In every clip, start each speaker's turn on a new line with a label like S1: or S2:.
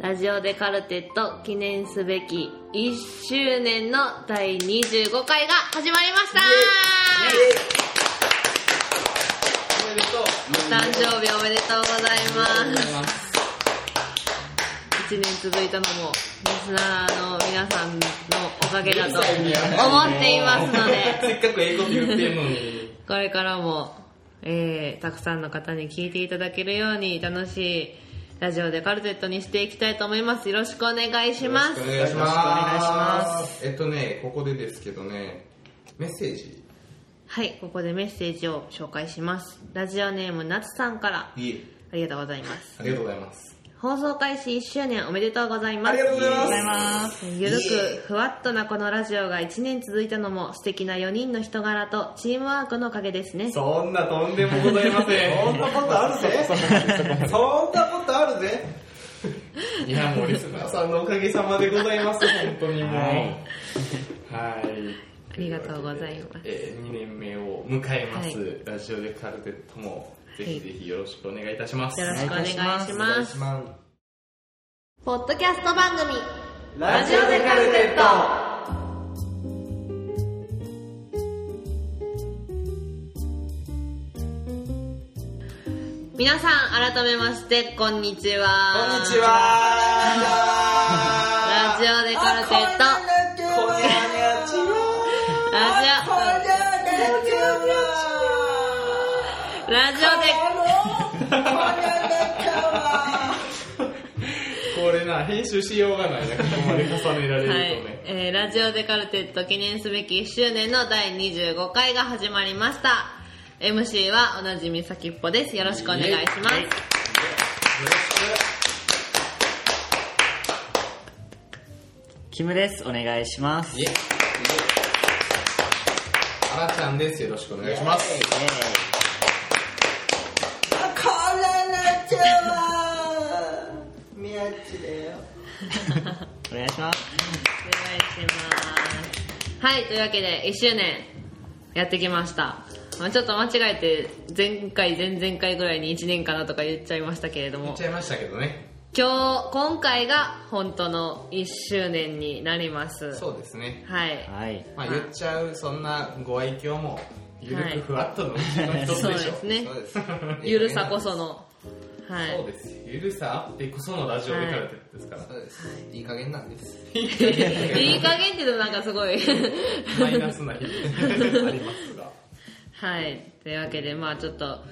S1: ラジオでカルテット記念すべき1周年の第25回が始まりました
S2: おめでとう。
S1: 誕生日おめでとうござ
S2: あ
S1: い
S2: りが
S1: ま
S2: とう
S1: す
S2: ございます。
S1: 1年続いたのもリスナーの皆さんのおかげだと思っていますので
S2: せっかく英語って言ってんのに。
S1: これからも、えー、たくさんの方に聞いていただけるように楽しいラジオでカルテットにしていきたいと思います。よろしくお願いしま
S2: よ
S1: す。
S2: ろくお願
S1: よろくお願
S2: いし
S1: いし
S2: ま。
S1: ます
S2: えっとね、ここでですけどね、メッセージ。
S1: はい、ここでメッセージを紹介します。ラジオネームなつさんから
S2: いい。
S1: ありがとうございます。
S2: ありがとうございます。
S1: 放送開始1周年おめでとうございます。
S2: ありがとうございますありがとうござい
S1: ます。ゆるくふわっとなこのラジオが1年続いたのも素敵な4人の人柄とチームワークのおかげですね。
S2: そんなとんでもございません。そんなことあるぜ。そんなことあるぜ。いや、もうリスナーさんのおかげさまでございます、本当にもう。はい。
S1: ありがとうございます
S2: というわけでえー、2年目を迎えます、
S1: は
S2: ラジオでカルテットも、ぜひぜひよろしくお願いいたします。
S1: よろしくお願いし
S2: お願
S1: ま
S2: い
S1: す
S2: し。ます。
S1: ポッドキャスト番組
S2: ラジオでカルテット
S1: 皆さん改めましてこんにち
S2: こ
S1: は
S2: んにちは
S1: ラジオでカルテット
S2: こんにちは
S1: ラジオラジオ
S2: これな、編集しようがないな、ここまで重ねられ
S1: で、
S2: ると
S1: は
S2: ね
S1: い。えーラジオでカルテット記念すべき1周年の第25回が始まりました MC はおなじみ先っぽですよろしくお願いします、
S2: はい
S3: キムです。お願いし ます。
S2: イエイあらちゃんです。よろしくお願いします。
S3: イェーイお願いします。
S1: お願いしますはいというわけで1周年やってきましたまあちょっと間違えて前回前々回ぐらいに1年かなとか言っちゃいましたけれど
S2: 言
S1: も
S2: っちゃいましたけどね。
S1: 今日今回が本当の1周年になります
S2: そうですね。
S1: はい
S3: はい。
S2: まあ言っちゃう、そんなご愛嬌も、ゆるくふわっとのうちの一つでしょ。
S1: そうですね
S2: そうです
S1: ゆるさこそのはい
S2: そうです。ゆるさあってこそのラジオでカルテットですから。そうです。いい加減なんです。
S1: いい加減って言うとなんかすごい
S2: マイナスな日々ありますが。
S1: はいというわけでまあちょっと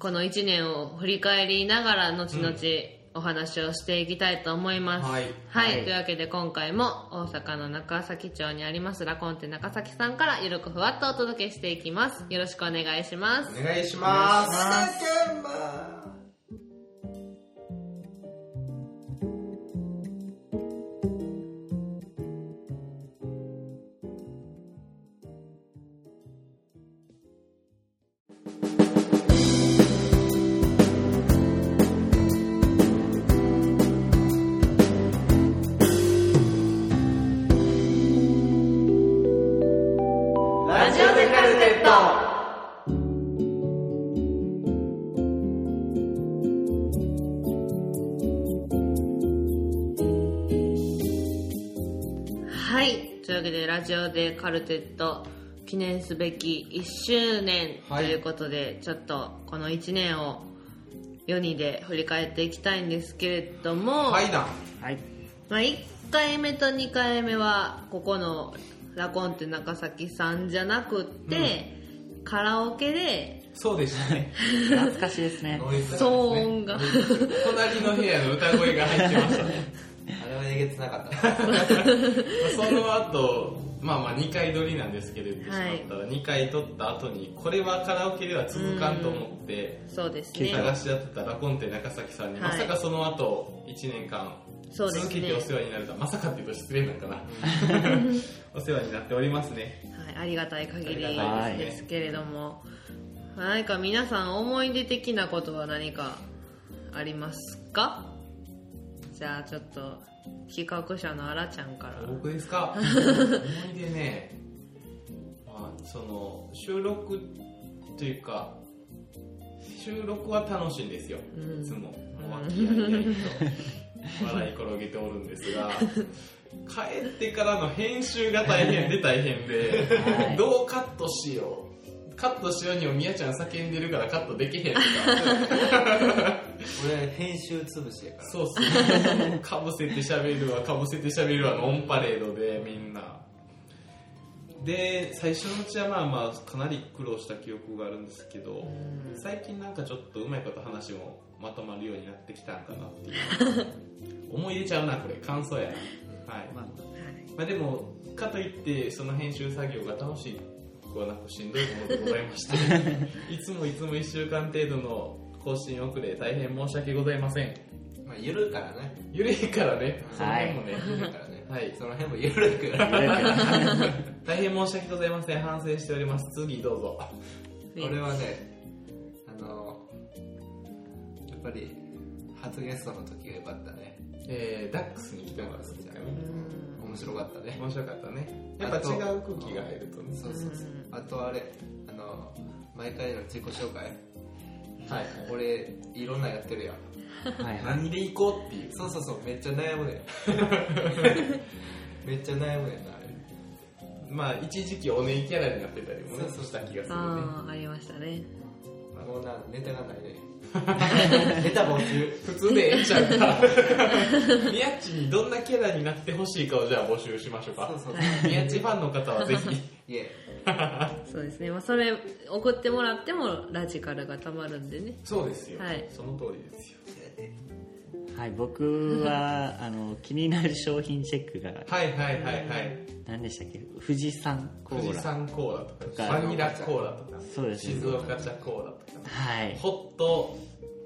S1: この1年を振り返りながら後々お話をしていきたいと思います、
S2: はい
S1: はい
S3: はい
S1: というわけで今回も大阪の中崎町にありますラコンテ中崎さんからゆるくふわっとお届けしていきますよろしくお願いします
S2: お願いします。
S1: ラジオでカルテットはいというわけでラジオでカルテット記念すべき1周年と
S2: はい
S1: いうことで、ちょっとこの1年を4人で振り返っていきたいんですけれども、
S2: はいな。
S3: はい。
S1: まあ、1回目と2回目はここのラコンテ中崎さんじゃなくって、カラオケで
S2: そうでしたね。
S3: 懐かしいですね。
S2: ノイズ
S1: 騒音が
S2: 隣の部屋の歌声が入ってましたね。
S4: あれはえげつなかった。
S2: その後、まあまあ2回撮りなんですけれど、
S1: はい
S2: しまったら2回撮った後に、これはカラオケでは続かんと思って、
S1: そうです
S2: 探
S1: ね
S2: し合ってたラコンテ中崎さんに、
S1: はい
S2: まさかその後1年間、
S1: そうです
S2: 続け
S1: ね、
S2: てお
S1: は
S2: 世話になるとはまさかっていうと失礼なんかな。 お世話になっておりますね。
S1: い、ありがたい限り
S2: ありが
S3: たい
S1: で
S2: ですね
S1: すけれども何か皆さん思い出的なことは何かありますかじゃあちょっと企画者のあらちゃんから
S2: 僕ですか思い出ね、まあ、その収録というか収録は楽しいんですよ、
S1: うん
S2: いつももう和気あいあいと笑い転げておるんですが、帰ってからの編集が大変で大変
S3: は
S2: で、
S3: い
S2: どうカットしよう。カットしようにもみやちゃん叫んでるからカットできへんとか。
S4: 俺、編集潰しやから。
S2: そうっすね。かぶせて喋るわ、かぶせて喋るわのオンパレードで、みんな。で、最初のうちはまあまあ、かなり苦労した記憶があるんですけど、最近なんかちょっとうまいこと話もまとまるようになってきたんかなっていう。思い入れちゃうな、これ。感想やな。はい。
S3: まあ
S2: まあでも、かといって、その編集作業が楽しくはなくしんどいものでございました。いつもいつも1週間程度の更新遅れ、大変申し訳ございません。
S4: まあ、ゆるいからね。
S2: ゆるいからね、その辺もね、
S4: ゆるいからね。
S2: はい
S4: その辺もゆるいから。
S3: 緩いから
S2: 大変申し訳ございません、反省しております。次どうぞ。
S4: 俺はね、あの、やっぱり、初ゲストの時が良かったね。
S2: えー、ダックスに来てもらうじゃ
S4: 面白かったね。
S2: 面白かったね。やっぱ違う空気が入るとね。
S4: そうそうそう。あとあれ、あの、毎回の自己紹介。
S2: はい。
S4: 俺、いろんなやってるやん。
S3: はいはい
S2: 何で行こうっていう。
S4: そうそうそう、めっちゃ悩むねん。 めっちゃ悩むねんな、あれ。
S2: まあ、一時期おねいキャラになってたりもね、
S4: そうそう
S2: した気がするね。
S1: ああありましたね
S4: こんなネタがないね。ネタ募集。
S2: 普通でええんちゃうか。みやっちにどんなキャラになってほしいかをじゃあ募集しましょう
S4: そ
S2: か。
S4: うそう。
S2: みやっちファンの方はぜひ。
S4: いえ、
S1: そうですね、まあ、それ送ってもらってもラジカルがたまるんでね
S2: そうですよ。
S1: はい
S2: その通りですよ。
S3: はい僕はあの気になる商品チェックが
S2: はいはいはいはい。
S3: 何でしたっけ富士山コ
S2: 富
S3: ー
S2: 士
S3: ラ
S2: 山コーラと
S3: と
S2: か
S3: か
S2: バニラコーラとか
S3: そうです
S2: 静岡茶コーラとか
S3: はい
S2: ホット、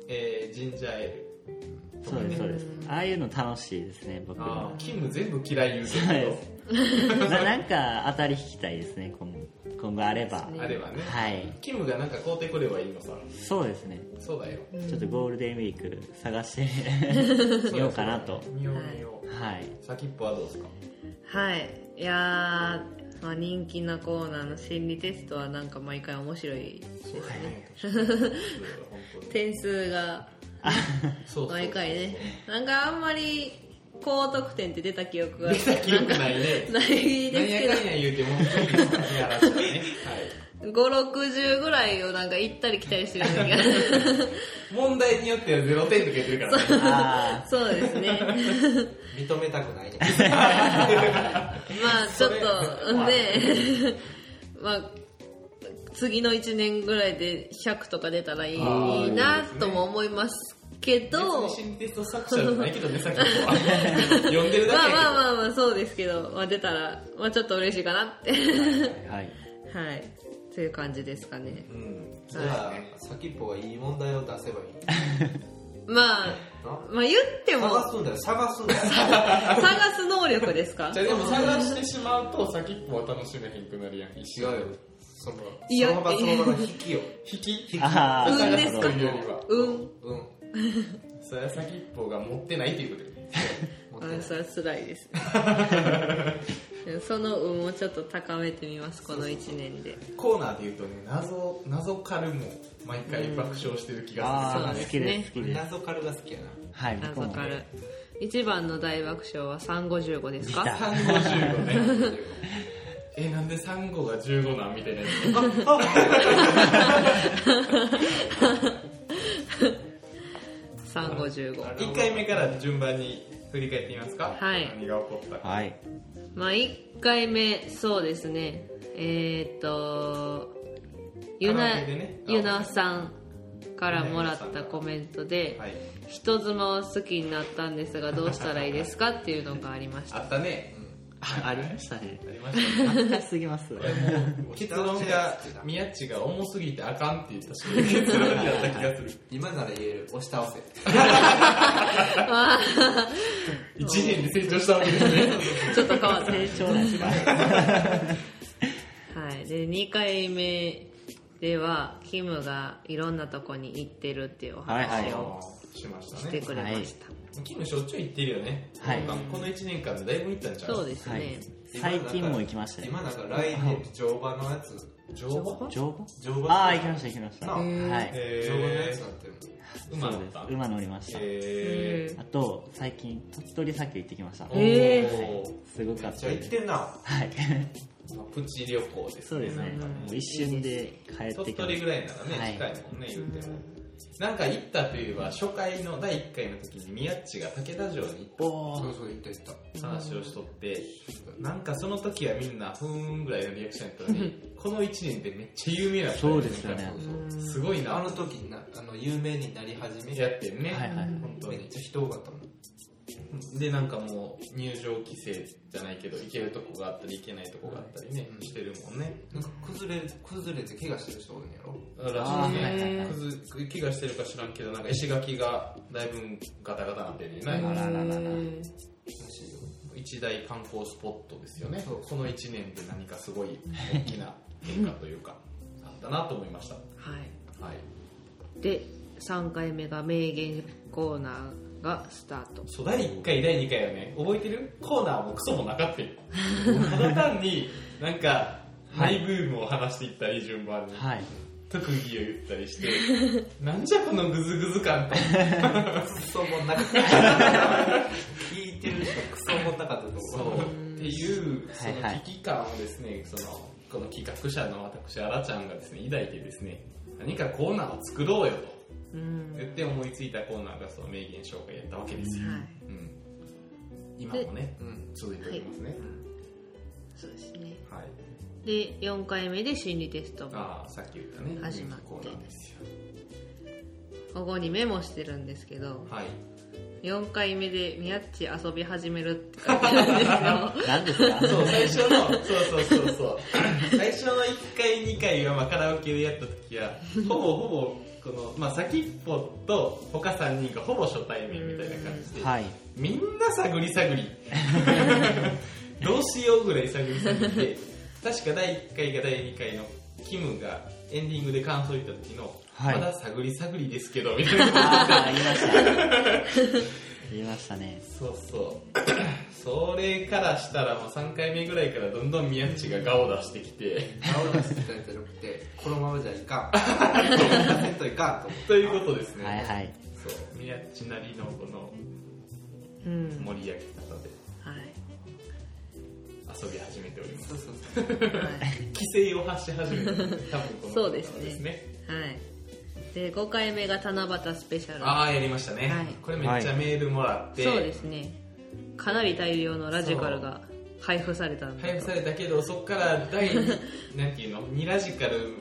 S2: えージンジャーエ
S3: そうですそうですああいうの楽しいですね
S2: ー
S3: 僕
S2: ル
S3: は
S2: ああキム全部嫌い言う
S3: そう
S2: てる
S3: です ななんか当たり引きたいですね今後今後あれば
S1: そう
S2: け
S1: で
S2: どあればね、
S3: はい
S2: キムがなんか買うてくればいいのさ
S3: そうですね
S2: そうだよ
S3: ちょっとゴールデンウィーク 探してみようかなと
S2: 見よう見よ
S3: はいう
S2: 先っぽはどうですか
S1: はいいやー、まあ、人気なコーナーの心理テストはなんか毎回面白い
S2: そうだねそれは本当に
S1: 点数が
S2: そうそう
S1: 毎回ねなんかあんまり高得点って出た記憶が
S2: 出た記憶ないね
S1: ない
S2: なん
S1: です
S2: やかんや言うてもう一人のやらしいね、は
S1: けど560ぐらいをなんか行ったり来たりしてるんだけ ど
S2: い、問題によっては0点とか言ってるからね
S3: あ
S1: そうですね
S4: 認めたくないね。
S1: まあちょっとねまあ次の1年ぐらいで100とか出たらいい
S2: あー
S1: なとも思いますけど
S2: 別に心理テスト作者じゃないけどね、さっきの子は。読んでる
S1: まあ
S2: だけやけど。
S1: まあまあまあそうですけど、まあ、出たら、まあ、ちょっと嬉しいかなっては
S3: あはい
S1: いという感じですかね
S2: うん。
S4: じゃあ、先っぽはいい問題を出せばいい。
S1: まあ
S4: な
S1: まあ言っても
S4: 探すんだよ、探すんだよ。
S1: 探す能力ですか
S2: じゃあでも探してしまうと先っぽは楽しめへんくなるやん。
S4: 違うよ。その、
S1: いや
S4: その場その場の引きよ。
S2: 引き
S3: ああ
S1: 運です
S2: と
S1: か
S2: いうよりは。
S1: うん
S4: うん。
S2: それは先っぽが持ってないということで。
S4: 持ってない
S1: あそれは辛いですで もその運をちょっと高めてみますこの1年で
S2: コーナーで言うとね、謎、謎カルも毎回爆笑してる
S1: う
S2: 気がするか
S3: あ
S2: ら
S3: あ
S2: ね
S3: 好。きです好き
S4: 俺
S3: です
S4: 謎カルが好きやな。
S3: はい僕
S1: 謎
S3: も
S1: かる一番の大爆笑は355です
S3: 出
S1: か
S3: た
S2: 355ね。 え、なんで35が15なんみたいなやつ。
S1: 355
S2: 1回目から順番に振り返ってみますか。
S1: はい
S2: 何が起こったか。
S3: はい
S1: まあ1回目そうですねえー、っとゆ
S2: カラ
S1: な
S2: オケでね
S1: ゆなさんからもらったコメントで、
S2: はい。
S1: 人妻を好きになったんですがどうしたらいいですかっていうのがありました
S2: あったね。
S3: あありましたね
S2: ありました ね。
S3: あったすぎます
S2: 結論が、宮地が重すぎてあかんって言ったし、結論だった気がする。
S4: 今なら言える、押し倒せ。
S2: 一年で成長したわけですね。
S1: ちょっと変わって
S3: 成長なんですか
S1: はい、で2回目ではキムがいろんなとこに行ってるっていうお
S3: はい
S1: 話
S3: はい
S1: を
S2: しまし
S1: したて
S2: ね。
S1: くれました、
S2: キムしょっちゅう行ってるよね。
S3: はい
S2: なんかこの一年間でだいぶ行ったんちゃう
S1: そうですね、
S3: はい最近も行きましたね
S4: 今なんか来年、乗馬のやつ、
S2: 乗馬
S3: 乗馬
S4: 乗馬
S3: ああ行きました行きました
S4: あ
S3: はい
S2: え
S4: 乗馬のやつなってる。
S2: ー、馬
S3: そ
S2: だ
S3: う
S2: っ
S3: です
S2: た
S3: 馬乗りました
S2: え
S1: え
S3: あと最近鳥取砂丘行ってきました、
S1: えへ
S2: おー
S3: すごか
S4: め
S3: っ
S4: ったちゃ
S3: で
S4: 生き
S3: す
S4: てんな。
S3: はい
S2: プチ旅行です
S3: そうですね
S2: なんか
S3: もう一瞬で帰って
S2: 鳥
S3: きま
S2: 取
S3: し
S2: ぐらいならね、
S3: はい
S2: 近いもんね言ってもなんか行ったといえば初回の第1回の時に宮っちが武田城に
S3: た
S4: そう
S3: お
S4: そう、言った言った。
S2: 話をしとってなんかその時はみんなふーんぐらいのリアクションやったのにこの1年でめっちゃ有名な人
S3: そうですよね
S4: そう
S2: すごい
S4: そう。あ
S2: な
S4: の時にな、あの、有名になり始め、
S2: やってんね、
S3: はいはい
S2: 本当
S4: め
S2: に
S4: っちゃ人多かったもん。
S2: でなんかもう入場規制じゃないけど行けるとこがあったり行けないとこがあったりね、
S4: うん
S2: してるもんね
S4: なんか崩れ、崩れて怪我してる人多いんやろ
S2: だから
S3: あー
S2: ね
S1: はいはいはい
S2: くず怪我してるか知らんけどなんか石垣がだいぶガタガタなってね、
S3: あらららら
S4: らしいよ。
S2: 一大観光スポットですよね
S4: そう
S2: この1年で何かすごい大きな変化というかあったなと思いました
S1: はい
S2: はい
S1: で3回目が名言コーナーがスタート
S2: そう第1回第2回はね覚えてるコーナーもクソもなかったよただ単になんかマ
S3: はい
S2: イブームを話していったり順番に、
S3: はい
S2: 特技を言ったりして なんじゃこのグズグズ感と
S4: クソもんなか った。聞いてる人クソもんなかったと
S2: そう
S4: 思う。
S2: っていうそ
S3: はいは
S2: の
S3: い
S2: 危機感をですねそのこの企画者の私あらちゃんがですね抱いてですね何かコーナーを作ろうよと
S1: うん
S2: 言って思いついたコーナーがその名言紹介やったわけですよ、
S1: はい
S2: うん、今もね
S4: うん。
S2: 続いておりますね、
S1: そうですね
S2: はい
S1: で4回目で心理テストも
S2: ああさっき言ったね
S1: 始まって
S2: コーナーですよ
S1: ここにメモしてるんですけど
S2: はい
S1: 4回目で「ミヤッチ遊び始める」って書いてあるんです よ
S3: 何ですか
S2: そう最初のそうそうそうそう最初の1回2回はまあカラオケでやった時はほぼほぼこの、まあ、先っぽと他3人がほぼ初対面みたいな感じで、
S3: はい
S2: みんな探り探りどうしようぐらい探り探りで確か第1回か第2回のキムがエンディングで感想言った時の、
S3: はい
S2: まだ探り探りですけどみたいな
S3: ああ言いました言いましたね
S2: そうそうそれからしたらもう3回目ぐらいからどんどん宮地が顔出してきて
S4: 顔出してたやつじゃなくて、このままじゃいかん。痩せんといかんと思って。
S2: ということですね、
S3: はいはい
S2: そう宮地なりのこの
S1: うん
S2: 盛り上げ方で
S1: はい
S2: 遊び始めております
S4: そうそうそう。
S1: はい
S2: 規制を発し始めた多分この
S1: そうです
S2: 方
S1: ね
S2: ですね
S1: はいで5回目が七夕スペシャル
S2: ああやりましたね、
S1: はい
S2: これめっちゃメールもらって、
S1: そうですねかなり大量のラジカルが配布されたんで
S2: 配布されたけどそこから第2 なんていうの2ラジカル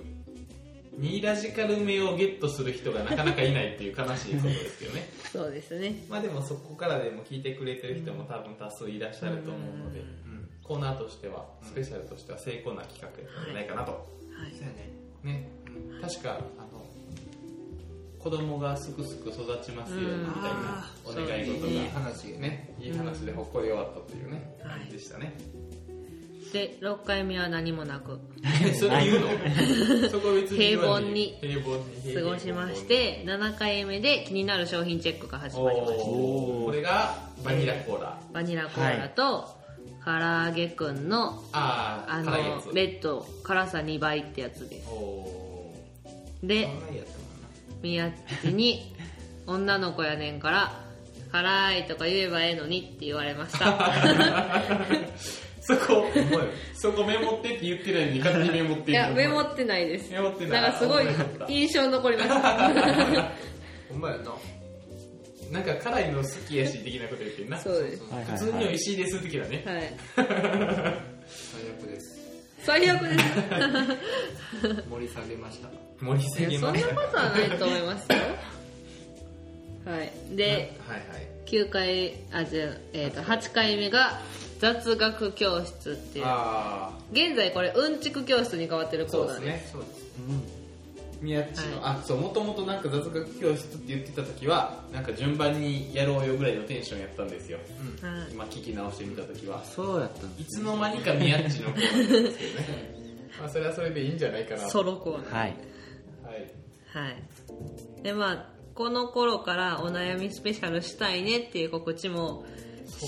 S2: 2ラジカル目をゲットする人がなかなかいないっていう悲しいことですけ どね
S1: そうですね
S2: まあでもそこからでも聞いてくれてる人も多分多数いらっしゃると思うので、
S4: うん。
S2: コーナーとしてはスペシャルとしては成功な企画やったんじゃないかなと、
S1: はい
S4: そうやね。
S2: ね確かあの子供がすくすく育ちますようにみたいなお願い
S1: うんあーそうで
S2: 事
S1: す
S2: が
S1: ね
S4: 話がね。
S2: ね、いい話でほっこり終わったというね、
S1: はい
S2: 感じでしたね。
S1: で6回目は何もなく
S2: それ言うの そこは別に言わず平凡に
S1: 過ごしまし。て7回目で気になる商品チェックが始
S2: お
S1: まりました
S2: おーこれがバニラコーラ。
S1: バニラコーラと唐揚げくんの
S2: あ
S1: あ
S2: ー、
S1: の
S2: 辛いやつ。
S1: レッド辛さ2倍ってやつです
S2: おお
S1: で
S4: 辛いやつもんな。
S1: 宮っちに「女の子やねんから辛いとか言えばええのに」って言われました
S2: そこ、そこメモってって言ってないのに勝手にメモって
S1: い
S2: い
S1: やメモ
S2: っ
S1: ってないです
S2: メモってない。
S1: なんかすごい
S2: あーわかっ
S1: 印象残りました
S4: ほんまやな。
S2: たなんか辛いの好きやし的なこと言ってんな。
S1: そうです
S3: はい
S2: 普通に美味しいです的 なね。
S1: はい
S4: 最悪です。
S1: 最悪です
S4: 盛り下げました。
S2: 盛り下
S1: い
S2: げ
S1: やそん
S2: ま
S1: な
S2: した。
S1: ことはないと思いますよはいで
S2: はいはい。
S1: 9回あじゃあえー、と8回目が雑学教室っていう
S2: ああ。
S1: 現在これうんちく教室に変わってるコ
S2: そう
S1: ー
S2: で
S1: ナー
S2: す
S1: で
S2: ね。
S4: そうです。
S2: 宮地の、あそうもともとなんか雑学教室って言ってた時はなんか順番にやろうよぐらいのテンションやったんですよ
S1: すね、はい
S2: 今聞き直してみた時は
S4: そうやったん
S2: いつの間にか宮地のコーナーなんですけどね まあそれはそれでいいんじゃないかな
S1: ソ
S2: は
S1: ロコーナー
S3: はい
S2: い
S1: はいでまあこの頃からお悩みスペシャルしたいねっていう告知も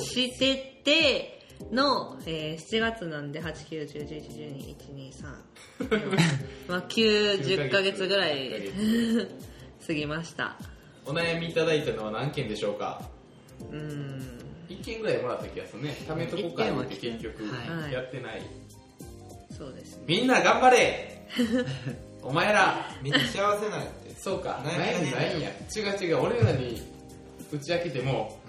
S1: してての、えー7月なんで89101112123まあ90ヶ月ぐらい
S2: 10ヶ月
S1: 過ぎました
S2: お悩みいただいたのは何件でしょうか
S1: うん
S2: 1件ぐらいもらった気がするね貯めとこか
S3: 一件は
S2: って結局
S1: はい
S2: やってない
S1: そうですね
S2: みんな頑張 れお前ら
S4: みんな幸せなんやって。
S2: そうか
S4: ね
S2: 悩みないんや違う違う俺らに打ち明けても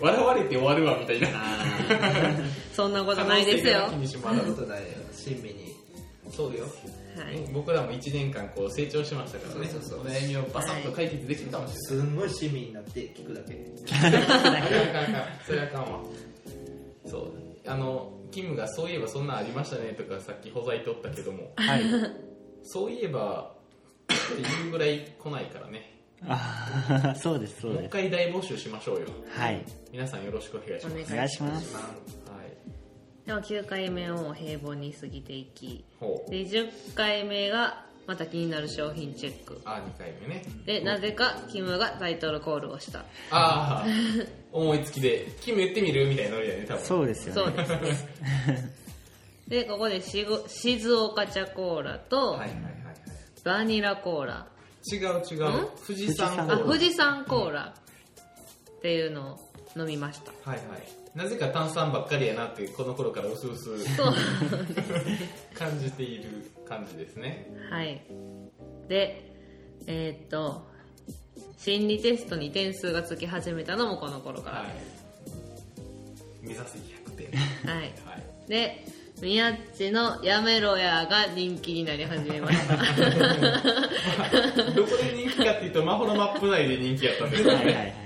S2: 笑われて終わるわみたいな
S1: そんなことないですよ
S2: 可能性が気にしも
S4: そ
S2: あ
S4: ん
S2: ら
S4: な
S2: ず
S4: ことないよ。親身に。
S2: そうよ
S1: はい
S2: 僕らも1年間こう成長しましたからね
S4: そうそうそう
S2: お悩みをバサッと解決できるかもし
S4: すんごい親身になって聞くだけ。
S2: れない、あかんあかんそれはあかんわそうあのキムが「そういえばそんなんありましたね」とかさっきほざいとったけども
S3: はい。
S2: 「そういえば」っていうぐらい来ないからね
S3: あーそうです、そう
S2: もう
S3: で
S2: 一
S3: す。
S2: 回大募集しましょうよ
S3: はい。
S2: 皆さんよろしくお願いし
S1: お
S2: ま
S1: 願い
S2: す
S3: お願いします。
S2: はい
S1: では9回目を平凡に過ぎていき
S2: ほう
S1: で10回目がまた気になる商品チェック
S2: あ2回目ね
S1: でなぜかキムがタイトルコールをした
S2: ああ思いつきで「キム言ってみる?」みたいなノリだよね多分
S3: そうです
S1: そ
S3: よ
S1: う
S3: ね。
S1: です でここでしご静岡茶コーラと、
S2: はいはいはいはい
S1: バニラコーラ
S2: 違う違
S1: ん
S2: う富士山コ
S3: 富士山
S1: あ
S2: ー
S1: 富士山コーラっていうのを飲みました
S2: ラはいはいなぜか炭酸ばっかりやなってこの頃からうすうす
S1: そう
S2: 感じている感じですね
S1: はいでえーっと心理テストに点数がつき始めたのもこの頃から
S2: は
S1: で
S2: い目指せ100点
S1: す、はい
S2: はい
S1: で宮っちの「やめろや」が人気になり始めました
S2: どこで人気かっていうと魔法のマップ内で人気やったんです
S3: は
S2: よ
S3: いはいは
S2: ね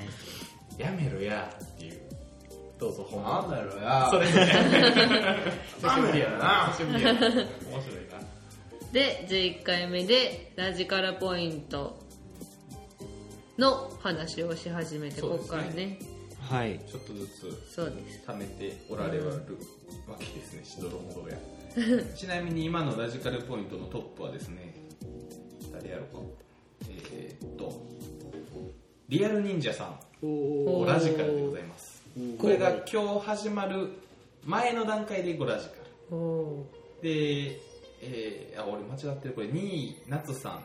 S3: い。
S2: やめろやっていうどうぞ本
S4: な
S2: 番
S4: んだろうや。
S2: それみたいな久しぶりやな
S4: あ
S2: 久しぶりやな面白いな
S1: で11回目でラジカラポイントの話をし始めて
S2: そう
S1: こ
S2: で
S1: こ
S2: すね
S1: からね
S3: はい。
S2: ちょっとずつ
S1: そうです
S2: 貯めておられはるわけですね、しどろも どろや。ちなみに今のラジカルポイントのトップはですね、誰やろうか。えーっと、リアル忍者さん、
S1: お
S2: ゴ
S1: ー
S2: ラジカルでございます。これが今日始まる前の段階でゴラジカル。
S1: おお
S2: で、えーあ、俺間違ってる、これ2位、夏さん、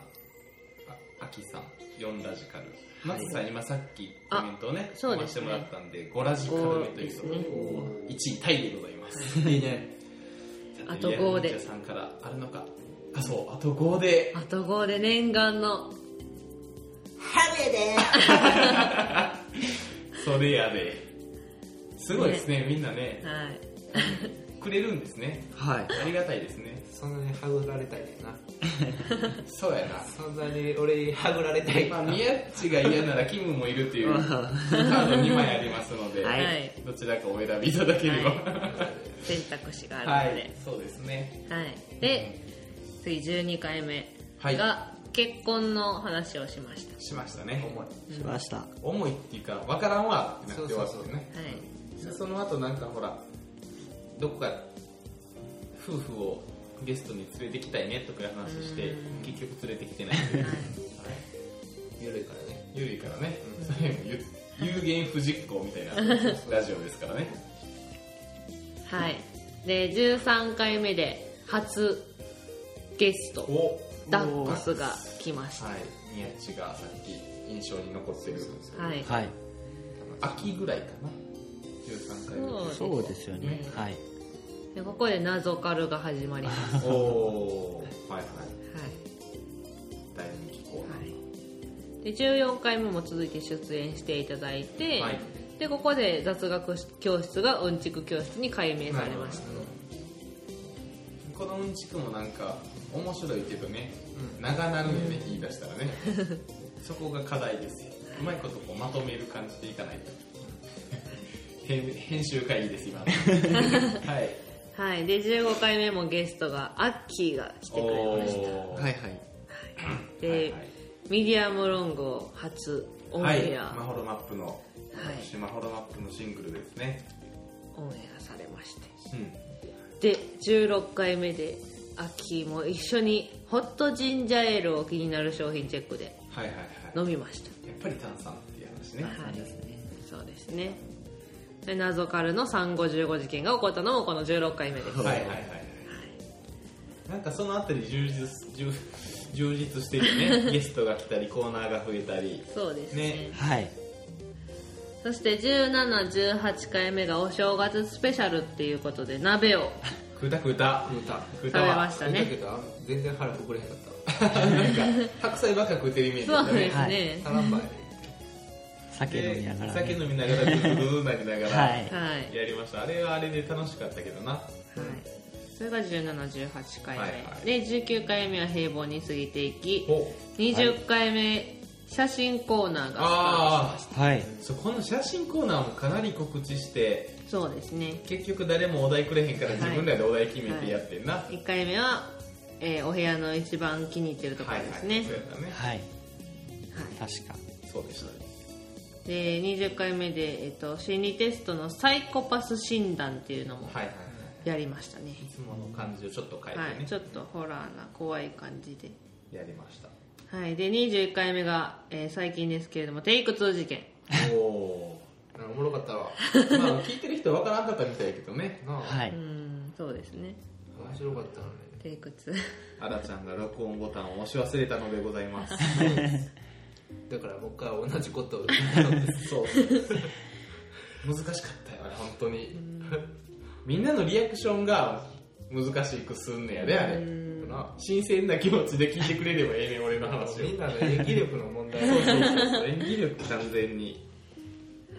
S2: あきさん、4ラジカル。夏さん、今さっきコメントをね、
S1: そう
S2: 飛ば
S1: で
S2: し
S1: す
S2: て
S1: ね
S2: もらったんで、ゴラジカル目ということで
S1: ゴーですね
S2: 1位タイでございます。
S4: いいね。
S1: あと5で
S2: リアル忍者さんからあるのか。あ、そう、あと5で。
S1: あと5で念願の
S2: それやで。すごいですね、みんなね。
S1: はい
S2: くれるんですね。
S3: はい。
S2: ありがたいですね。
S4: そんなにはぐられたいねんな。
S2: そうやな。
S4: そんなに俺はぐられたい。
S2: まあ、宮っちが嫌ならキムもい るっていうカード2枚ありますので、
S3: はい
S1: はい
S2: どちらかお選びいただければ。
S1: 選択肢があ
S2: は
S1: るの
S2: い、そうですね。
S1: で、はいで次12回目
S2: はい
S1: が結婚の話をしました、
S2: しましたね。
S4: 重い。
S3: しました。
S2: 重いっていうか、わからんわってなって終わったよね。
S1: はい、
S2: でその後なんかほらどこか夫婦をゲストに連れてきたいねとかいう話して結局連れてきてないという、はい、
S4: 緩いからね。
S2: 緩いからね、それもゆ有言不実行みたいなラジオですからね
S1: はい、で13回目で初ゲスト
S2: お
S1: ダックスが来ました
S2: はい宮地がさっき印象に残ってる
S1: はい
S3: はい。
S2: 秋ぐらいかな13回目
S3: そうですよね。はい。
S1: でここで謎カルが始まり ます、は
S2: おおーはいはい
S1: い
S2: 大人気コーナー
S1: はい、で14回目も続いて出演していただいて、
S2: はい
S1: でここで雑学教室がうんちく教室に改名されました
S2: このうんちくもなんか面白いけどね、長なるんよね言い出したらねそこが課題ですようまいことこうまとめる感じでいかないと編編集会議です今のはい
S1: はい、で15回目もゲストがアッキーが来てくれました
S2: おー
S3: いはい。
S1: で、
S2: はいはい
S1: ミディアムロングを初オン
S2: はい
S1: エア、
S2: マホロマップの
S1: い
S2: 私マホロマップのシングルですね、
S1: オンエアされまして
S2: うん、
S1: で16回目でアッキーも一緒にホットジンジャーエールを気になる商品チェックで
S2: はいはいはいや
S1: 飲みました
S2: っぱり炭酸っていう話ね
S1: はいそうですねで謎カルの355事件が起こったのもこの16回目です
S2: はいはいはいはい。なんかそのあたり充実充充実してるよね。ゲストが来たり、コーナーが増えたり。
S1: そうですね
S2: ね
S3: はい。
S1: そそして1718回目がお正月スペシャルっていうことで鍋を
S2: くたくた
S4: 食べた
S2: く
S1: 食べま
S2: は
S1: したね
S4: 食べたけど全然腹膨れへんかったわ
S2: なんか白菜ばっか食ってるイメージ
S1: そ
S2: だ
S1: う
S2: った
S1: で
S2: ね
S1: すね
S4: タランバイ
S3: 酒飲みながら、
S2: で酒飲みながらぐずぐずなりながら
S3: は
S1: はい
S3: い、
S1: はい、
S2: やりましたあれはあれで楽しかったけどな
S1: それが1718回目、
S2: はいはい
S1: で19回目は平凡に過ぎていき
S2: お
S1: 20回目写真コーナーが
S2: ああ
S3: はい、
S2: そこの写真コーナーもかなり告知して
S1: そうですね
S2: 結局誰もお題くれへんから
S1: はい
S2: 自分らでお題決めてやってんなはい
S1: 1回目は、えーお部屋の一番気に入ってるとこ
S2: は
S1: ろ
S2: い
S1: です
S2: そう
S1: ね、
S2: やったね
S3: はい、確か、
S2: そうでした
S1: で20回目で、えっと心理テストのサイコパス診断っていうのも
S2: はいはいはい
S1: やりましたね、
S2: いつもの感じをちょっと変
S1: は
S2: えて
S1: い、
S2: ね
S1: ちょっとホラーな怖い感じで、
S2: やりま した
S1: はい、で21回目が、えー最近ですけれどもテイク2事件
S2: おお
S4: あおもろかっ たわ
S2: ーまあ聞いてる人わからんかったみたいやけどね
S4: なあ、
S3: は
S1: う
S3: い、
S1: んそうですね
S4: 面白かったのね
S1: テイク2
S2: あらちゃんが録音ボタンを押し忘れたのでございます
S4: だから僕は同じことを
S2: そう難しかったよ
S4: 本当に
S2: みんなのリアクションが難しくすんねやであれ
S4: な
S2: 新鮮な気持ちで聞いてくれればええねん俺の話を
S4: みんなの演技力の問題
S2: そうそうそうそう演技力完全に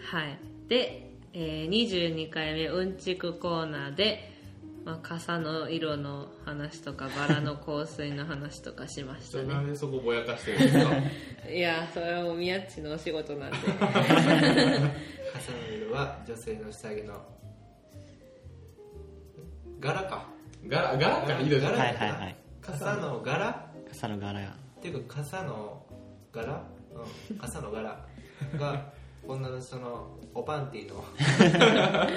S1: はいで、えー22回目うんちくコーナーで、まあ、傘の色の話とかバラの香水の話とかしまし
S2: そ
S1: た
S2: れな
S1: ね
S2: んでそこぼやかしてるんですか
S1: いやそれはもう宮地のお仕事なんで
S4: 重ねるは女性の下着の柄か
S2: 柄柄か色じゃ
S3: はい、
S2: な
S3: はいい、はい、
S4: 傘の柄
S3: 傘の柄が、
S4: っていうか傘の柄、うん、傘の柄が女の人のおパンティのね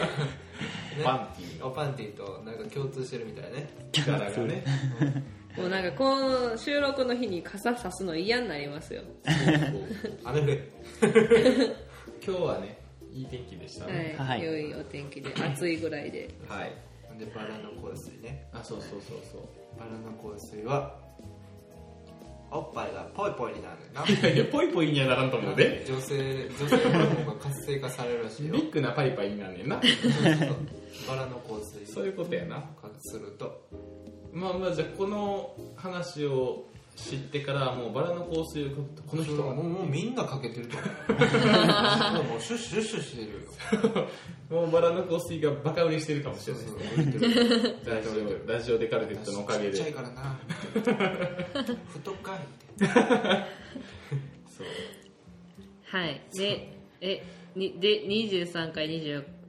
S2: パンティーの
S4: おパンティとなんか共通してるみたいね
S2: 柄がね
S1: もうなんかこの収録の日に傘さすの嫌になりますよ
S4: 雨降れ
S2: 今日はねいい天気でしたね
S1: は、
S3: はいい
S1: 良いお天気で暑いぐらいで
S2: はい、
S4: でバラの香水ね
S2: あそうそうそうそう
S4: バラの香水はおっぱいがぽいぽいになるない
S2: やいやぽいぽいにはならんと思うで
S4: 女性女性の方が活性化されるらしい
S2: ビ
S4: よ
S2: ッグなパイパイになんねんな
S4: バラの香水
S2: そういうことやな
S4: 化すると
S2: まあまあじゃあこの話を知ってからもうバラの香水をこの人
S4: も
S2: は
S4: うもうみんなかけてると思うもうシュッシュッシュッしてるよ
S2: もうバラの香水がバカ売れしてるかもしれないですね
S4: ち
S2: ラジオラジオデカルテットのおかげ
S4: っ
S2: で
S4: ち
S2: そ
S4: ゃ
S2: う
S4: いからな太かい
S1: はいでえにで23回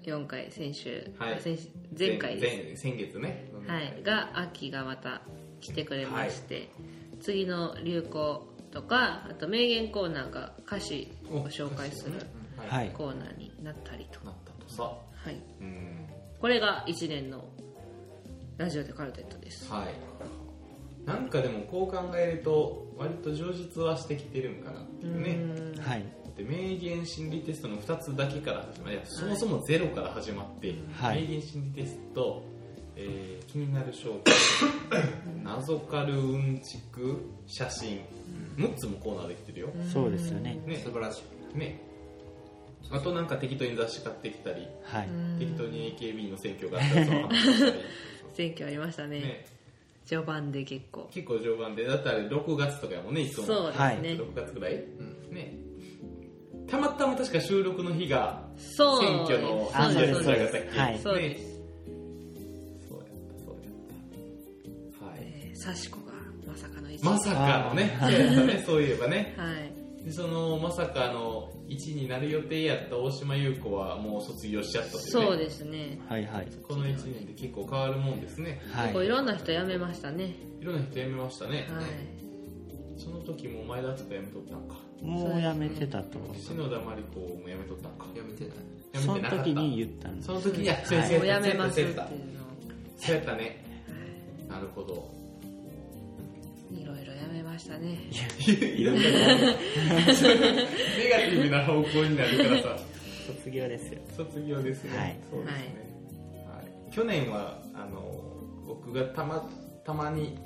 S1: 24回先週、
S2: はい
S1: 先週前回です
S2: 前先月ね
S1: はい、が秋がまた来てくれまして、次の流行とかあと名言コーナーが歌詞を紹介する
S3: はい、
S1: コーナーになったりと、
S2: なったとさ
S1: はい、
S2: うん
S1: これが1年のラジオでカルテットです
S2: はいなんかでもこう考えると割と充実はしてきてるんかなっていうね
S3: はい、
S2: で名言心理テストの2つだけから始まりいやそもそもゼロから始まって、
S3: はい
S2: 名言心理テスト、えー気になる商品謎かるうんちく写真6つもコーナーできてるよ、
S3: そうですよね、
S2: ね
S4: 素晴らしい
S2: ねあとなんか適当に雑誌買ってきたり
S3: はい、
S2: 適当に AKB の選挙があったりとか話したり、
S1: 選挙ありました ね
S2: ね、
S1: 序盤で結構
S2: 結構序盤でだってあれ6月とかやもんねいつも
S1: そうですね、
S2: 6月ぐらい、ねたまたま確か収録の日が
S1: そう
S2: 選挙の
S1: そう
S3: あ
S1: で
S2: 選
S1: す
S2: 挙
S1: そう
S2: のや
S1: で
S2: つだ
S1: す
S2: っけ
S3: はい
S1: そうです、
S2: そうやったそうやったはい
S1: えーサシコがまさかの1
S2: まさかのね
S3: あー
S2: そうやったね そういえばね
S1: はい
S2: でそのまさかの1になる予定やった大島優子はもう卒業しちゃったというね
S1: そうですね
S3: はい、はい、
S2: この1年で結構変わるもんですね
S3: は
S1: こうい
S3: い、
S1: ろんな人辞めましたね
S2: いろんな人辞めましたね、
S1: はい
S2: その時も前田敦子辞めとったんか
S3: もうやめてたと、
S2: 篠田麻里子も辞めとったんか
S4: やめてない
S2: 辞め
S3: そ
S2: てな
S3: の
S2: かった
S3: 時に言ったんです
S2: そ、の時にあそうや
S3: はい
S2: そう
S1: おや
S2: やそう
S1: め
S2: や
S1: ます
S2: そ
S1: っ
S2: う
S1: てい
S2: や
S1: う
S2: ったそうやったねなるほど
S1: のいろいろやめましたね
S2: いろんな ネガティブな方向になるからさ
S3: 卒業ですよ、
S2: 卒業ですね、
S3: はい
S2: そうですね、はい去年はあの僕がたまたまに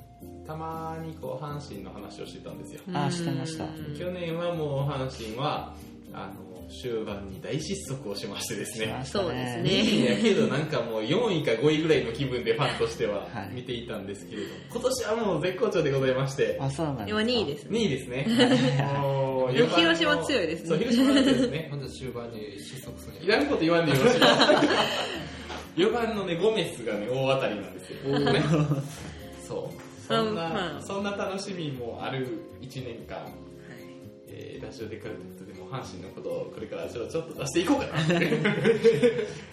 S2: たまにこう阪神の話をしてたんですよ、
S3: あーしてました
S1: うん
S2: 去年はもう阪神はあの終盤に大失速をしましてですね
S1: そうです
S2: い
S1: ね
S2: いんやけどなんかもう4位か5位ぐらいの気分でファンとしては
S3: はい
S2: 見ていたんですけれども、今年はもう絶好調でございまして
S3: あ、そうなんです
S1: 今
S3: か。
S1: 2位ですね
S2: 2位 ですねもう
S1: でも広島強いですね
S2: そう広島強いですね
S4: まだ終盤に失速す
S2: い
S4: る。
S2: らんこと言わんで よろしい4番のねゴメスがね大当たりなんですよ、 ね、そうそん
S1: あま
S2: な
S1: あ
S2: そんな楽しみもある1年間、えーラジオでカルテットでも阪神のことをこれからちょちょっと出していこうかなって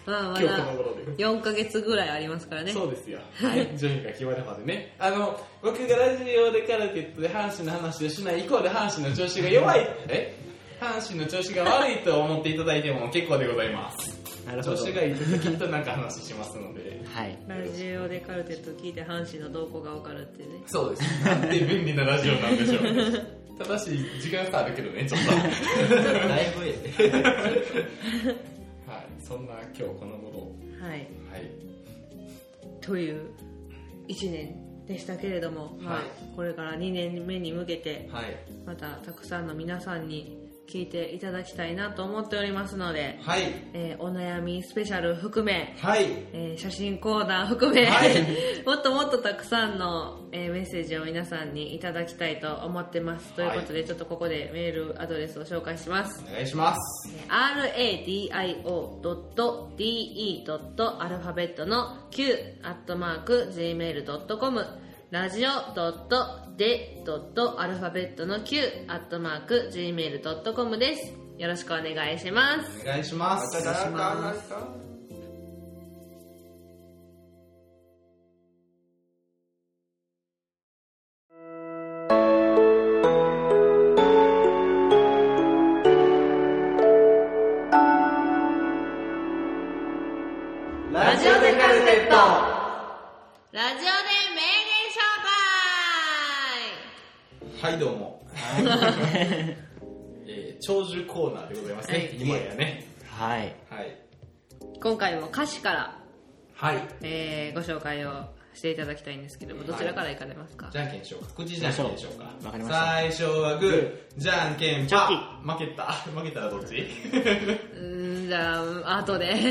S1: まあま
S2: 今日この
S1: だ
S2: 頃で
S1: 4ヶ月ぐらいありますからね
S2: そうですよ。はい。 順位が決まるまでね。あの、僕がラジオでカルテットで阪神の話をしないイコール阪神の調子が弱い、え阪神の調子が悪いと思っていただいても結構でございます。
S3: なる
S2: 調
S3: ほど。
S2: 子がいい時きっとなんか話しますので。
S3: はい。
S1: ラジオでカルテット聞いて阪神の動向が分かるっていうね
S2: そうです。なんて便利なラジオなんでしょ う。ただし、時間差あるけどね、ちょっと。
S4: だいぶえ。
S2: はい。そんな今日この頃。
S1: はい
S2: はい。
S1: という1年でしたけれども、まあ
S2: はい
S1: これから2年目に向けて
S2: はい。
S1: またたくさんの皆さんに聞いていただきたいなと思っておりますので、
S2: はい。
S1: えーお悩みスペシャル含め、
S2: はい。
S1: えー写真コーナー含め、
S2: はい
S1: もっともっとたくさんの、えーメッセージを皆さんにいただきたいと思ってますということで、ちょっとここでメールアドレスを紹介します
S2: お願いします。
S1: radio.de.alphabet の q.gmail.com ラジオ .de.alphabet の q.gmail.com です。よろしくお願いします。
S2: お願いします。
S4: またしま
S1: ラジオでカルテットラジオで名言紹
S2: はい、どうも。 えー長寿コーナーでございますね、
S1: はい
S2: 今やね。
S3: はい。
S2: はい。
S1: 介今回も歌詞から、
S2: はい。
S1: えーご紹介をしていただきたいんですけども、どちらから行かれますか、
S2: じゃんけんしようか。口じゃんけんしようか。
S3: わかりました
S2: 最初はグー、じゃんけん
S3: チョキ
S2: パー。負けた。 負けたらどっち
S1: うーん、じゃあ、後で。
S2: 後でじ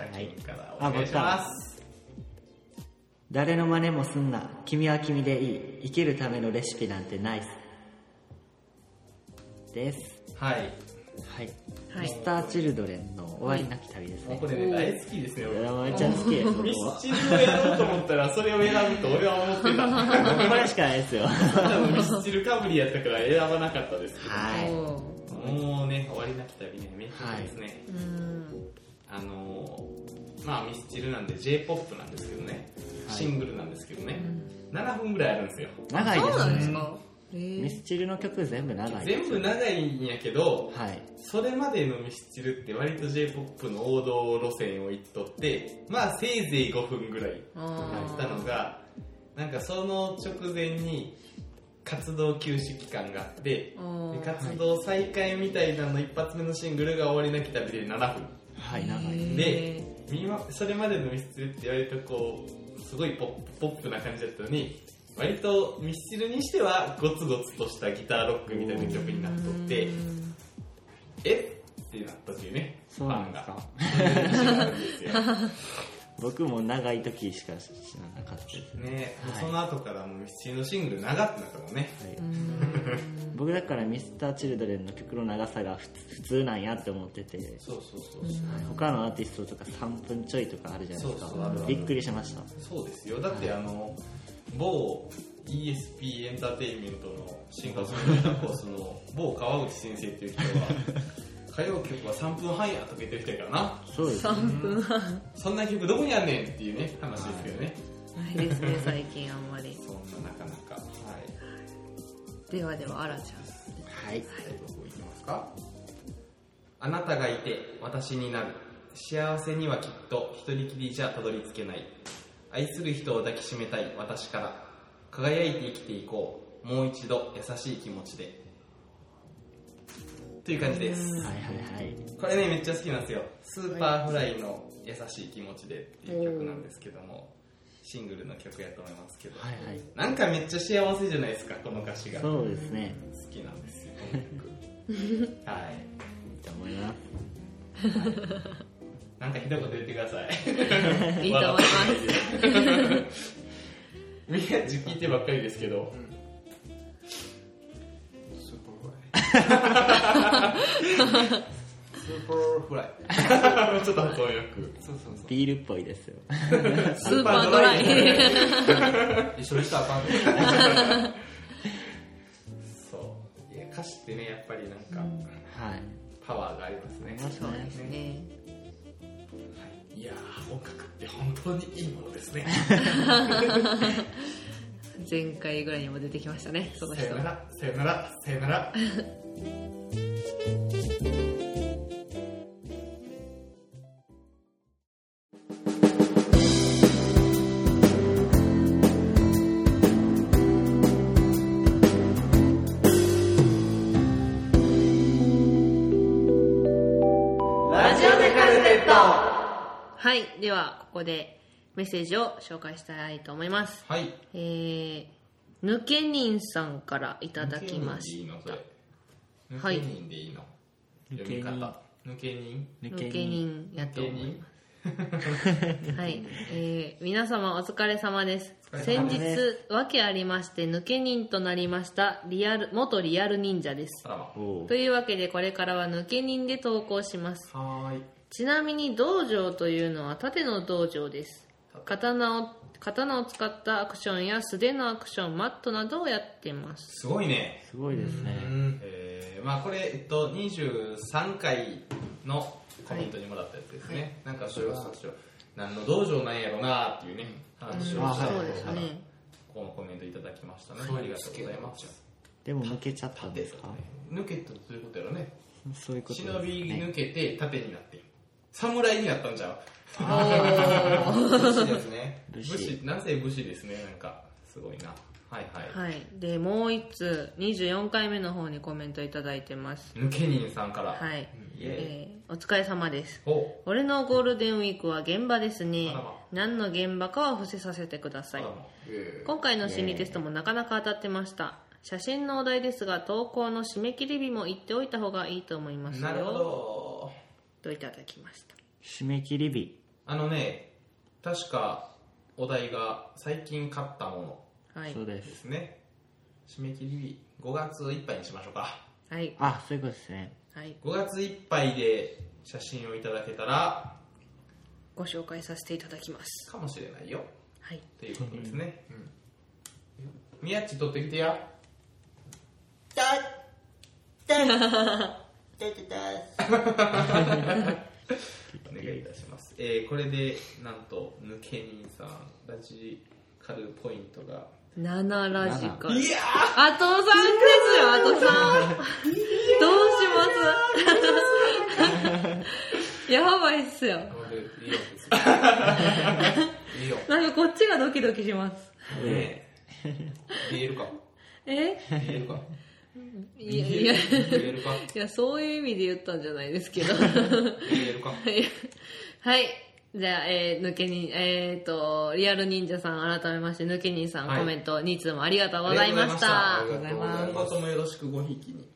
S2: ゃんけんからお願いします。
S3: 誰の真似もすんな。君は君でいい。生きるためのレシピなんてないっす。です。
S2: はい。
S3: はい。
S1: はい
S3: ミスターチルドレンの終わりなき旅です
S2: もうこ。
S3: ね
S2: れね、大好きですね、俺。
S3: めっちゃ好きです。僕
S2: ミ
S3: も
S2: スチルをやろうと思ったら、それを選ぶと俺は思ってた。
S3: これしかないですよ。
S2: ただのミスチルかぶりやったから選ばなかったですけ
S3: はい。
S1: おー
S2: ど。もうね、終わりなき旅ね、めっちゃいいですね。
S1: うーん
S2: あのーまあミスチルなんで J-POP なんですけどね、
S3: はい
S2: シングルなんですけどね、7分ぐらいあるんですよ。
S3: 長い
S1: そうなん
S3: で
S1: ですす
S3: ね。
S1: かえ
S3: ミ
S1: ー
S3: スチルの曲全部長いです。
S2: 全部長いんやけど、
S3: はい。
S2: それまでのミスチルって割と J-POP の王道路線を行っとって、まあせいぜい5分ぐらいとかしたのが、なんかその直前に活動休止期間があって、
S1: お
S2: で
S1: ー
S2: 活動再開みたいなの一発目のシングルが終わりなき旅で7分。
S3: はい、長い。
S2: で見まそれまでのミスチルって割とこうすごいポップポップな感じだったのに割とミスチルにしてはゴツゴツとしたギターロックみたいな曲になっとってえってなったっていうね
S3: そうなんですか。
S2: ファンがそういう感じです よ
S3: 僕も長い時しか知らなかったです。
S2: ね、
S3: はい
S2: その後からもうミスチルのシングル長くなったのね
S3: はいう
S1: ーん
S3: 僕だから Mr.Children の曲の長さが普普通なんやって思ってて、
S2: そうそうそうそう
S3: はい他のアーティストとか3分ちょいとかあるじゃないですか
S2: そうそうあるある
S3: びっくりしました
S2: そうですよだってあの某 ESP エンターテインメントの進化するコースの某川口先生っていう人は歌謡曲は3分半やとか言ってる人やからな
S3: そうですね
S1: 3分は
S2: そんな曲どこにあんねんっていうね話ですけどね
S1: ないですね最近あんまり
S2: そんななかなかはい
S1: ではではあらち
S3: はい
S2: 最後いきますかあなたがいて私になる幸せにはきっと一人きりじゃたどり着けない愛する人を抱きしめたい私から輝いて生きていこうもう一度優しい気持ちでという感じです
S3: はいはいはい
S2: これねめっちゃ好きなんですよスーパーフライの「優しい気持ちで」っていう曲なんですけどもシングルの曲やと思いますけど
S3: はいはい
S2: なんかめっちゃ幸せじゃないですかこの歌詞が好
S3: そうですね
S2: きなんですよこの曲 はい
S3: いいと思います
S2: なんかひどいこと言ってください
S1: いいと思います。
S2: みんな聞いてばっかりですけど
S4: スーパーフライスーパー フライ
S2: ちょっと発音よく
S4: そうそうそう
S3: ビールっぽいですよ
S1: スーパードライ。
S4: 一緒にしたらあかんね
S2: そういや歌詞ってねやっぱりなんか
S3: はい
S2: パワーがありますね
S1: そうですね。
S2: いやー音楽って本当にいいものですね
S1: 前回ぐらいにも出てきましたね、その
S2: さ
S1: 人
S2: よな。らさよならさよなら
S1: ラジオでカルテットはい、ではここでメッセージを紹介したいと思います。
S2: はい
S1: えー、ぬけにんさんからいただきま
S2: い
S1: し
S2: いのそれ抜
S1: はい
S2: け人でいいの
S3: 抜
S2: 読
S3: け
S2: み
S3: 人
S2: 方抜け人
S1: た。
S3: 抜
S1: ぬ
S3: け
S1: けに
S3: に
S1: んやと
S2: 抜け
S1: 思います
S2: 人。
S1: はい、えー皆様お疲れ様です。
S2: 疲れ
S1: 先
S2: 様
S1: 日
S3: で、
S1: わけありまして、抜け人となりました、リアル、元リアル忍者です
S2: あ。らま
S3: おう
S1: というわけで、これからは抜け人で投稿します。
S2: はーい
S1: ちなみに、道場というのは盾の道場です。刀を、刀を使ったアクションや素手のアクション、マットなどをやってます。
S2: すごいね
S3: すごいですね
S2: うんえーまあこれ、えっと、23回のコメントにもらったやつですね、なんかそれは最初何の道場なんやろなっていうね話をした
S3: あ
S2: の
S1: そ
S2: で
S1: うですね。
S2: ここのコメントいただきましたね
S4: そう
S2: ありがとうございます
S3: でも抜けちゃったんですか
S2: 抜けたということやろね
S3: そういうことです
S2: 忍
S3: か
S2: び
S3: ね
S2: 抜けて盾になって侍になったんじゃん
S1: おー
S4: 武士ですね
S3: 武
S2: 武
S3: 士
S2: 士なぜ武士ですねなんかすごいなはいは
S1: は
S2: い、
S1: い。で、もう1通、24回目の方にコメントいただいてます。
S2: 抜け人さんから、
S1: はい。
S2: イエーイ
S1: えーお疲れ様です。
S2: お
S1: 俺のゴールデンウィークは現場ですね
S2: あらま。
S1: 何の現場かは伏せさせてください
S2: あ。らま
S1: 今回の心理テストもなかなか当たってました。写真のお題ですが、投稿の締め切り日も言っておいた方がいいと思いますよ。
S2: なるほど
S1: といただきました。
S3: 締め切り日
S2: あのね、確かお題が最近買ったもの
S1: はい
S3: そ。うで
S2: ですすね。締め切り日、5月いっぱいにしましょうか。
S1: はい。
S3: あそういうことですね
S1: はい。
S2: 5月いっぱいで写真をいただけたら、
S1: ご紹介させていただきます。
S2: かもしれないよ。
S1: はい。
S2: ということですね。うん。宮っち取ってきてや。だお願いいたします。えー、これで、なんと、抜け人さん、ラジカルポイントが
S1: 7ラジカル。
S2: いや
S1: あと3ですよ、あと3。どうします やばいっすよ。
S2: いいよ。 いいよ。
S1: なんかこっちがドキドキします。
S2: ねえ。言えるか。
S1: え
S2: 言えるか。
S1: いや、 いや、い
S2: 言えるか。
S1: や、そういう意味で言ったんじゃないですけ ど。
S2: 言えるか。
S1: はい。じゃあ、えー、抜け人、えっ、と、リアル忍者さん、改めまして、抜け人さん、
S2: はい
S1: コメント、2通もありがとうございました。
S2: ありがとうございま
S3: あ
S2: す。
S3: りがとうござい
S2: 今後ともよ
S3: ます
S2: ろしくごひいきに。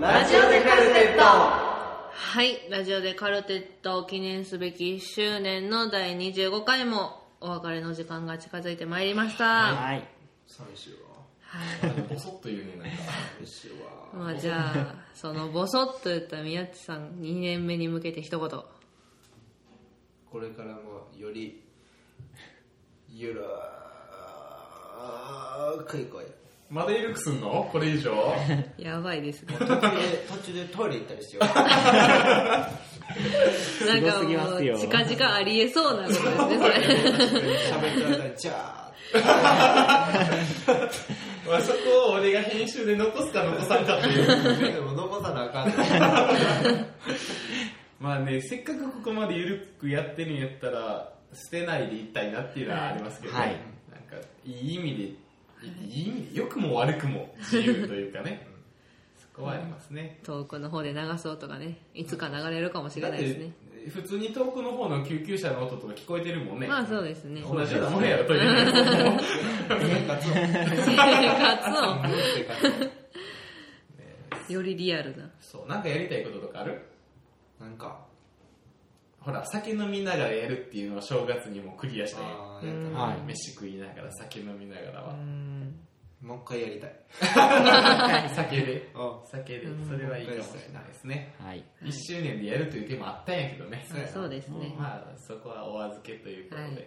S4: ラジオでカルテット
S1: はい。ラジオでカルテットを記念すべき1周年の第25回も、お別れの時間が近づいてまいりました。
S3: はい
S4: 寂しいわ
S1: はい
S2: ボソッと言うね、なんか。
S4: 寂しいわ
S1: まあじゃあ、そのボソッと言った宮地さん2年目に向けて一言。
S4: これからもよりゆらーくいこうよ
S2: まだ緩くすんのこれ以上
S1: やばいですね。
S4: 途中で途中でトイレ行ったりしよう
S1: なん
S3: す
S1: か
S3: ぎま
S1: もう
S3: すよ
S1: 近々ありえそうなことですね、 それ。
S4: 喋ってくださいじゃ
S2: まあそこを俺が編集で残すか残さんかという。
S4: ーでも残さなあかんね
S2: まあね、せっかくここまで緩くやってるんやったら、捨てないでいったいなっていうのはありますけど、
S3: はい
S2: なんか、いい意味で、いい意味で、良くも悪くも自由というか ね、うんそこはありますね。
S1: 遠くの方で流す音がね、いつか流れるかもしれ
S2: だっ
S1: ないですね
S2: て。、普通に遠くの方の救急車の音とか聞こえてる もんね。
S1: まあそうですね。
S2: 同じようなもんやろ、と いう。
S4: 生活を。
S1: 生 活を
S4: 生活を。
S1: よりリアルな。
S2: そう、なんかやりたいこととかある
S4: なんか、
S2: ほら、酒飲みながらやるっていうのを正月にもクリアしたい。
S4: あーやった
S3: はい
S2: 飯食いながら、酒飲みながら
S1: う
S2: は。
S1: ん
S4: もう一回やりたい。
S2: 酒で。
S4: あ
S2: 酒で、それはいいかもしれないですね。
S3: はい。
S1: ん
S2: 1周年でやるという手もあったんやけどね。
S4: そうやな
S1: そうですね。
S2: まあ、そこはお預けということで、
S1: はい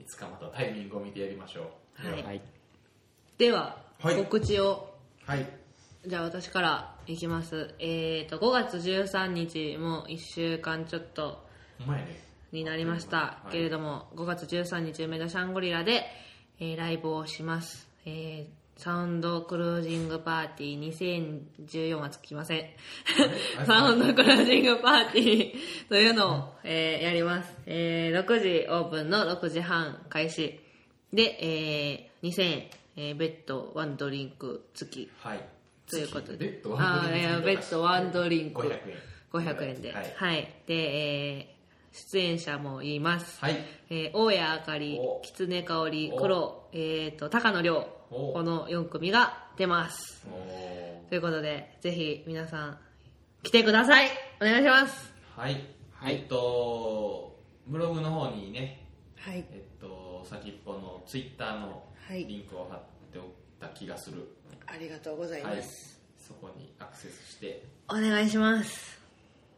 S2: い、つかまたタイミングを見てやりましょう。
S1: はい
S3: はい。
S1: では、
S2: はい
S1: 告知を
S2: はい。
S1: じゃあ私からいきます。えーと、5月13日、もう1週間ちょっと
S2: お前ね。
S1: になりました
S2: はい
S1: けれども、5月13日、梅田シャンゴリラで、えーライブをします。えーサウンドクルージングパーティー2014はつきません。サウンドクルージングパーティーというのを、えーやります。えー6時オープンの6時半開始。で、えー2000円、えーベッド、ワンドリンク付き。
S2: はい。
S1: ということで。
S2: ベッド
S1: あ
S2: ワンド
S1: ーい
S2: リン
S1: や
S2: ク。
S1: ベッドワンドリンク。
S2: 500円。
S1: 500円で。
S2: は
S1: はいい。。で、えー出演者も言います。
S2: はい。
S1: えー大谷あかり
S2: お、
S1: きつねかおり、
S2: お
S1: 黒、えっ、と、高野亮、
S2: お
S1: この4組が出ます。
S2: おー
S1: ということで、ぜひ皆さん、来てくださいお願いします
S2: はい。
S3: はい
S2: えっと、ブログの方にね、
S1: はい。
S2: えっと、先っぽのツイッターの
S1: はい
S2: リンクを貼っておった気がする。
S1: ありがとうござい
S2: はい。そこにアクセスして、
S1: お願いします。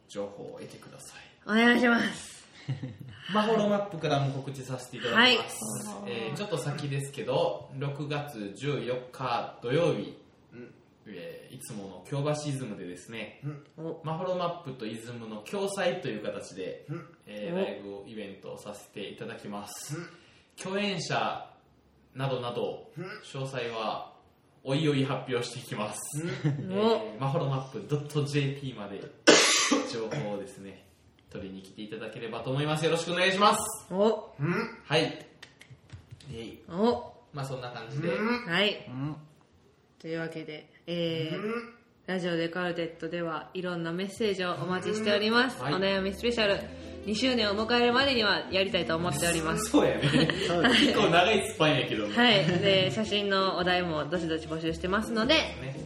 S2: 情報を得てください。
S1: お願いします。
S2: マホロマップからも告知させていただきます、えーちょっと先ですけど6月14日土曜日、
S4: うん
S2: えーいつもの京橋イズムでですね
S1: お、
S2: マホロマップとイズムの共催という形で、
S4: うん
S2: え
S1: お
S2: ーライブをイベントをさせていただきます、共演者などなど詳細はおいおい発表していきます、えーマホロマップ .jp まで情報をですね取りに来ていただければと思いますよろしくお願いします
S1: お、お、
S4: うん
S2: はいえい
S1: お、
S2: まあそんな感じで、
S1: はい。
S3: うん。
S1: というわけで、えーラジオデカルテットではいろんなメッセージをお待ちしております、
S2: うんはい
S1: お悩みスペシャル2周年を迎えるまでにはやりたいと思っております
S2: そうやね結構長いスパンやけども
S1: はいで写真のお題もどしどし募集してますので、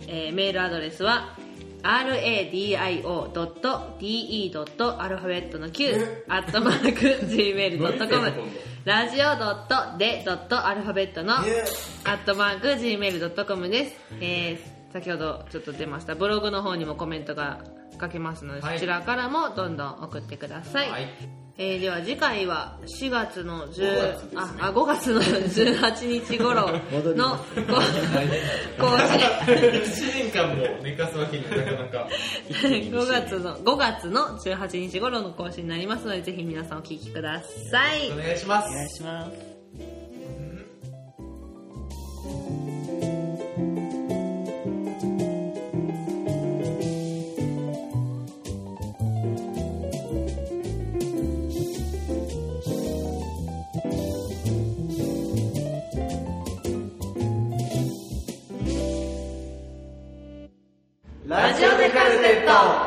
S1: えーメールアドレスは radio.de.alphabet の9 at mark
S2: 伸びてる
S1: gmail.com
S2: 今度
S1: ラジオ .de.alphabet のアットマーク gmail.com です、えー先ほどちょっと出ましたブログの方にもコメントが書けますので、
S2: はい
S1: そちらからもどんどん送ってください、
S2: はい
S1: えーでは次回は4月の
S2: 5
S1: 10
S2: 月ですね
S1: ああ5月の18日頃
S3: 戻り
S1: の
S3: ま
S1: こ
S3: す
S1: 更新
S2: 1年間も寝かすわけにはなか なか
S1: 5月の5月の18日頃の更新になりますのでぜひ皆さんお聞きください
S2: お願いしま
S3: お
S2: す
S3: 願いします。
S1: ラジオデカルテット